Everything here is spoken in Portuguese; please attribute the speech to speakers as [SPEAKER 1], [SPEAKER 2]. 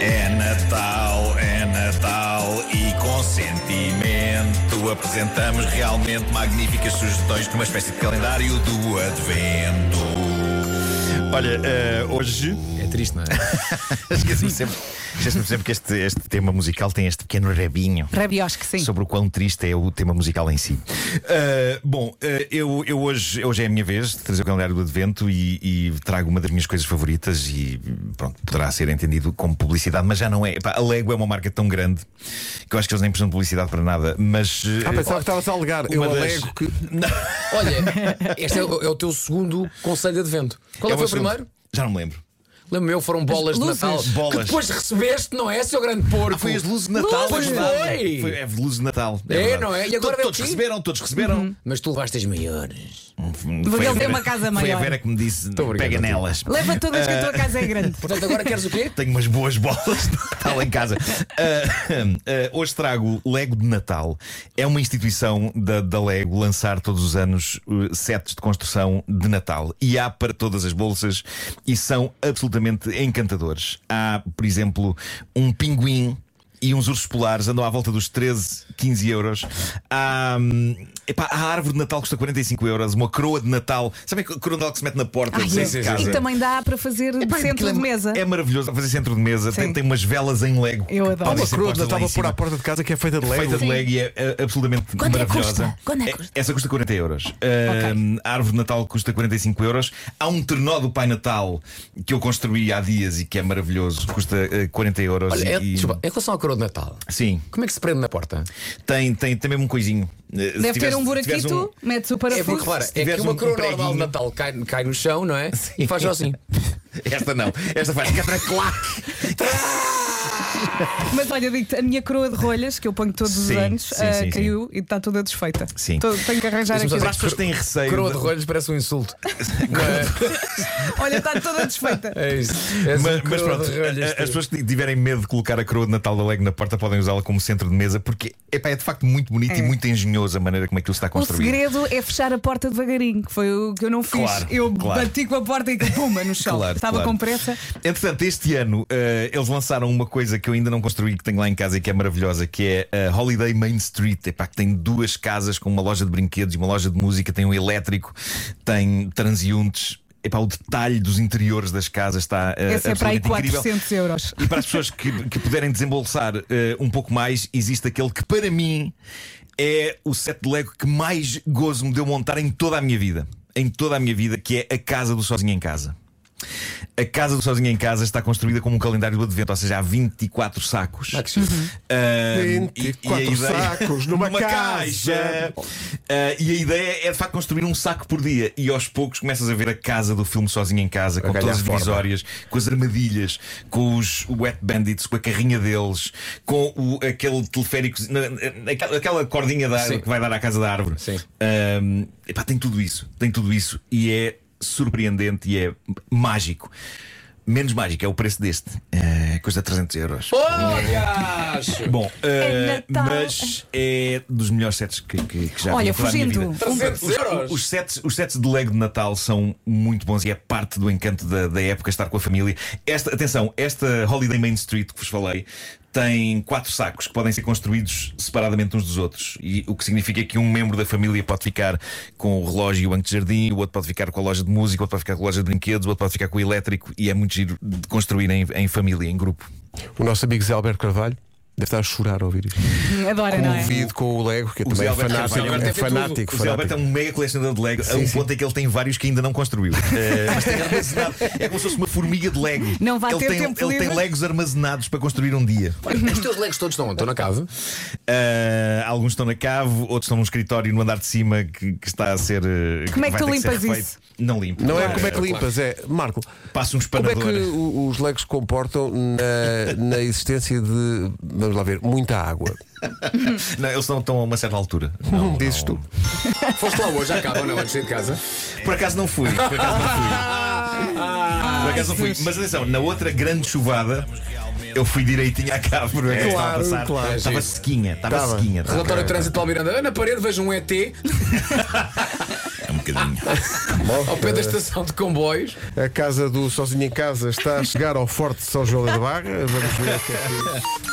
[SPEAKER 1] É Natal, é Natal e com sentimento apresentamos realmente magníficas sugestões numa espécie de calendário do Advento.
[SPEAKER 2] Olha, eh, hoje.
[SPEAKER 3] É triste, não é?
[SPEAKER 2] Esqueço-me sempre, esqueço sempre que este, este tema musical tem este pequeno rabinho.
[SPEAKER 4] Rabiosque, sim.
[SPEAKER 2] Sobre o quão triste é o tema musical em si. Eh, bom, eh, eu, eu hoje, hoje é a minha vez de trazer o calendário do Advento e, e trago uma das minhas coisas favoritas e pronto, poderá ser entendido como publicidade, mas já não é. Epá, a Lego é uma marca tão grande que eu acho que eles nem precisam de publicidade para nada, mas. eh,
[SPEAKER 5] Ah, pensava que estavas a alegar. Eu
[SPEAKER 2] Uma das-
[SPEAKER 5] alego que.
[SPEAKER 3] Olha, este é o, é o teu segundo conselho de advento. Qual é
[SPEAKER 2] é
[SPEAKER 3] que foi
[SPEAKER 2] uma
[SPEAKER 3] o primeiro?
[SPEAKER 2] segunda- Já não me lembro.
[SPEAKER 3] Lembro-me eu, foram bolas de
[SPEAKER 4] luzes.
[SPEAKER 3] Natal. Que
[SPEAKER 2] Bolas.
[SPEAKER 3] depois recebeste, não é, seu grande porco?
[SPEAKER 2] Ah, foi as luzes de Natal.
[SPEAKER 3] Pois
[SPEAKER 2] é verdade.
[SPEAKER 3] foi.
[SPEAKER 2] foi é luzes de Natal.
[SPEAKER 3] É,
[SPEAKER 2] verdade.
[SPEAKER 3] não é? E agora
[SPEAKER 2] todos,
[SPEAKER 3] vem
[SPEAKER 2] todos
[SPEAKER 3] aqui?
[SPEAKER 2] receberam, todos receberam.
[SPEAKER 3] Mas tu levaste as maiores.
[SPEAKER 2] Foi a
[SPEAKER 4] ele tem
[SPEAKER 2] Vera-
[SPEAKER 4] uma casa
[SPEAKER 2] Foi a
[SPEAKER 4] maior.
[SPEAKER 2] Vera que me disse:
[SPEAKER 3] obrigado,
[SPEAKER 2] pega
[SPEAKER 3] Artur.
[SPEAKER 2] nelas.
[SPEAKER 4] Leva todas que a tua casa é grande.
[SPEAKER 3] Portanto, agora queres o quê?
[SPEAKER 2] Tenho umas boas bolas de Natal em casa. Ah, ah, hoje trago Lego de Natal. É uma instituição da, da Lego lançar todos os anos uh, sets de construção de Natal. E há para todas as bolsas e são absolutamente encantadores. Há, por exemplo, um pinguim. E uns ursos polares andam à volta dos 13, 15 euros. Há, hum, epá, a árvore de Natal que custa 45 euros. Uma coroa de Natal. Sabem que a coroa de Natal que se mete na porta?
[SPEAKER 4] Ai,
[SPEAKER 2] de
[SPEAKER 4] é.
[SPEAKER 2] casa?
[SPEAKER 4] E também dá para fazer
[SPEAKER 2] Epá, aquilo
[SPEAKER 4] centro
[SPEAKER 2] é-
[SPEAKER 4] de mesa.
[SPEAKER 2] É maravilhoso Dá para fazer centro de mesa. Tem,
[SPEAKER 4] Sim.
[SPEAKER 2] tem umas velas em Lego.
[SPEAKER 4] Eu
[SPEAKER 2] que
[SPEAKER 4] adoro.
[SPEAKER 2] podem
[SPEAKER 3] é
[SPEAKER 5] Há uma
[SPEAKER 2] ser
[SPEAKER 5] coroa
[SPEAKER 2] postas
[SPEAKER 5] de
[SPEAKER 2] lá
[SPEAKER 5] Natal
[SPEAKER 2] em
[SPEAKER 5] a pôr
[SPEAKER 2] cima.
[SPEAKER 5] à porta de casa que é feita de lego.
[SPEAKER 2] Feita de Lego e é é, absolutamente
[SPEAKER 4] Quanto é que
[SPEAKER 2] maravilhosa.
[SPEAKER 4] custa? Quanto é que custa?
[SPEAKER 2] Essa custa 40 euros. Ahm, a árvore de Natal custa 45 euros. Há um trenó do Pai Natal que eu construí há dias e que é maravilhoso. Custa eh, 40 euros.
[SPEAKER 3] Olha,
[SPEAKER 2] e-
[SPEAKER 3] é-
[SPEAKER 2] e-
[SPEAKER 3] desculpa, em relação à coroa de Natal,
[SPEAKER 2] Sim,
[SPEAKER 3] como é que se prende na porta?
[SPEAKER 2] tem, tem, tem mesmo um coisinho. Eh, se
[SPEAKER 4] Deve
[SPEAKER 2] tivesse- se
[SPEAKER 4] ter um
[SPEAKER 2] tivesse um-
[SPEAKER 4] buraquito, metes o
[SPEAKER 3] É
[SPEAKER 4] parafuso.
[SPEAKER 3] porque, repara, é que
[SPEAKER 2] tiveres
[SPEAKER 3] uma
[SPEAKER 2] um- um
[SPEAKER 3] coroa normal de
[SPEAKER 2] preguinho.
[SPEAKER 3] Natal cai, cai no chão, não é? E faz só assim.
[SPEAKER 2] Esta não, esta faz catraclac.
[SPEAKER 4] Mas olha, digo a minha coroa de rolhas, que eu ponho todos os
[SPEAKER 2] Sim,
[SPEAKER 4] anos,
[SPEAKER 2] sim,
[SPEAKER 4] ah,
[SPEAKER 2] sim, sim.
[SPEAKER 4] caiu e está toda desfeita.
[SPEAKER 2] Sim.
[SPEAKER 4] Tô- tenho que arranjar
[SPEAKER 3] Deixa-me
[SPEAKER 4] aqui.
[SPEAKER 3] só
[SPEAKER 2] Para as pessoas que têm receio.
[SPEAKER 3] Coroa de
[SPEAKER 2] de-
[SPEAKER 3] rolhos parece um insulto.
[SPEAKER 4] Olha, está toda desfeita.
[SPEAKER 3] É isso. És um
[SPEAKER 2] Mas, mas
[SPEAKER 3] coroa
[SPEAKER 2] pronto,
[SPEAKER 3] de rolhos, tipo.
[SPEAKER 2] as
[SPEAKER 3] tu.
[SPEAKER 2] pessoas que tiverem medo de colocar a coroa de Natal da Lego na porta podem usá-la como centro de mesa, porque epá, é de facto muito bonito
[SPEAKER 4] É.
[SPEAKER 2] e muito engenhoso a maneira como aquilo está
[SPEAKER 4] O
[SPEAKER 2] construído.
[SPEAKER 4] segredo é fechar a porta devagarinho, que foi o que eu não fiz.
[SPEAKER 2] Claro,
[SPEAKER 4] eu
[SPEAKER 2] claro.
[SPEAKER 4] bati com a porta e puma no chão.
[SPEAKER 2] Claro,
[SPEAKER 4] Estava
[SPEAKER 2] claro.
[SPEAKER 4] com pressa.
[SPEAKER 2] Entretanto, este ano eh, eles lançaram uma coisa que eu ainda não construí, que tenho lá em casa e que é maravilhosa, que é a Holiday Main Street. Epá, que tem duas casas com uma loja de brinquedos e uma loja de música, tem um elétrico, tem transeuntes. Epá, o detalhe dos interiores das casas está eh,
[SPEAKER 4] Essa é para aí
[SPEAKER 2] absolutamente incrível.
[SPEAKER 4] 400 euros.
[SPEAKER 2] E para as pessoas que, que puderem desembolsar eh, um pouco mais, existe aquele que para mim é o set de Lego que mais gozo me deu montar em toda a minha vida. Em toda a minha vida, que é a casa do Sozinho em Casa. A casa do Sozinho em Casa está construída como um calendário do advento, ou seja, há 24 sacos.
[SPEAKER 3] Ah, que chique.
[SPEAKER 2] Ah, e- e a
[SPEAKER 5] 24 sacos numa caixa.
[SPEAKER 2] ah, e a ideia é de facto construir um saco por dia. E aos poucos começas a ver a casa do filme sozinho em casa, com
[SPEAKER 3] ganhar
[SPEAKER 2] todas as
[SPEAKER 3] forma.
[SPEAKER 2] divisórias, com as armadilhas, com os wet bandits, com a carrinha deles, com o, aquele teleférico, na- na- aquela, aquela cordinha da,
[SPEAKER 3] Sim.
[SPEAKER 2] que vai dar à casa da árvore.
[SPEAKER 3] Sim.
[SPEAKER 2] Ahm, epá, tem tudo isso, tem tudo isso e é surpreendente e é mágico. Menos mágico é o preço deste, é, custa 300 euros.
[SPEAKER 3] Olha! acho.
[SPEAKER 2] Bom, eh,
[SPEAKER 4] É Natal.
[SPEAKER 2] mas é dos melhores sets que, que- que já
[SPEAKER 4] Olha,
[SPEAKER 2] vi toda a minha
[SPEAKER 4] fugindo.
[SPEAKER 2] vida.
[SPEAKER 3] 300 euros!
[SPEAKER 2] Os sets, os sets de Lego de Natal são muito bons e é parte do encanto da, da época estar com a família. Esta, atenção, esta Holiday Main Street que vos falei tem quatro sacos que podem ser construídos separadamente uns dos outros. E o que significa que um membro da família pode ficar com o relógio e o banco de jardim, o outro pode ficar com a loja de música, o outro pode ficar com a loja de brinquedos, o outro pode ficar com o elétrico. E é muito giro de construir em, em família, em grupo.
[SPEAKER 5] O nosso amigo Zé Alberto Carvalho deve estar a chorar ao ouvir isto.
[SPEAKER 4] Adora,
[SPEAKER 2] um
[SPEAKER 4] não é?
[SPEAKER 5] Ouvido com o Lego, que
[SPEAKER 2] O Zé
[SPEAKER 5] também é
[SPEAKER 2] Alberto
[SPEAKER 5] fanático.
[SPEAKER 2] Carvalho
[SPEAKER 5] É
[SPEAKER 3] deve ter
[SPEAKER 5] fanático.
[SPEAKER 2] O Zé Alberto é
[SPEAKER 5] fanático.
[SPEAKER 2] um mega colecionador de Lego, a um ponto em que ele tem vários que ainda não construiu. Eh, mas tem armazenado. É como se fosse uma formiga de Lego.
[SPEAKER 4] Não vai
[SPEAKER 2] ele
[SPEAKER 4] ter
[SPEAKER 2] tem,
[SPEAKER 4] tempo
[SPEAKER 2] Ele
[SPEAKER 4] livre.
[SPEAKER 2] tem Legos armazenados para construir um dia.
[SPEAKER 3] Olha, os teus legos todos estão onde? Estão na cave?
[SPEAKER 2] Eh, alguns estão na cave, outros estão num escritório no andar de cima que, que está a ser. eh,
[SPEAKER 4] Como é que
[SPEAKER 2] vai
[SPEAKER 4] tu
[SPEAKER 2] ter ser
[SPEAKER 4] limpas
[SPEAKER 2] refeito.
[SPEAKER 4] isso?
[SPEAKER 2] Não limpo.
[SPEAKER 5] Não é
[SPEAKER 2] Eh,
[SPEAKER 5] como é que limpas, é. Marco,
[SPEAKER 2] Passo um
[SPEAKER 5] como é
[SPEAKER 2] espanador.
[SPEAKER 5] que o- os Legos se comportam na, na existência de, vamos lá ver, muita água?
[SPEAKER 2] Não, eles não estão a uma certa altura. Não,
[SPEAKER 5] Dizes
[SPEAKER 2] não.
[SPEAKER 5] tu.
[SPEAKER 3] Foste lá hoje à cave ou não? Antes de ir de casa?
[SPEAKER 2] Por acaso não fui. Por acaso não fui. Por acaso não fui. Mas atenção, na outra grande chuvada. Eu fui direitinho à cave por ver o que é que estava a
[SPEAKER 5] Claro,
[SPEAKER 2] passar.
[SPEAKER 5] claro.
[SPEAKER 2] Estava sequinha, estava
[SPEAKER 5] Estava.
[SPEAKER 2] sequinha. estava-
[SPEAKER 3] Relatório de trânsito de Almiranda. Na parede vejo um ET.
[SPEAKER 2] É um bocadinho
[SPEAKER 1] bocadinho.
[SPEAKER 3] Ao pé da estação de comboios.
[SPEAKER 5] A casa do Sozinho em Casa está a chegar ao Forte de São João da Barra. Vamos ver o que é que.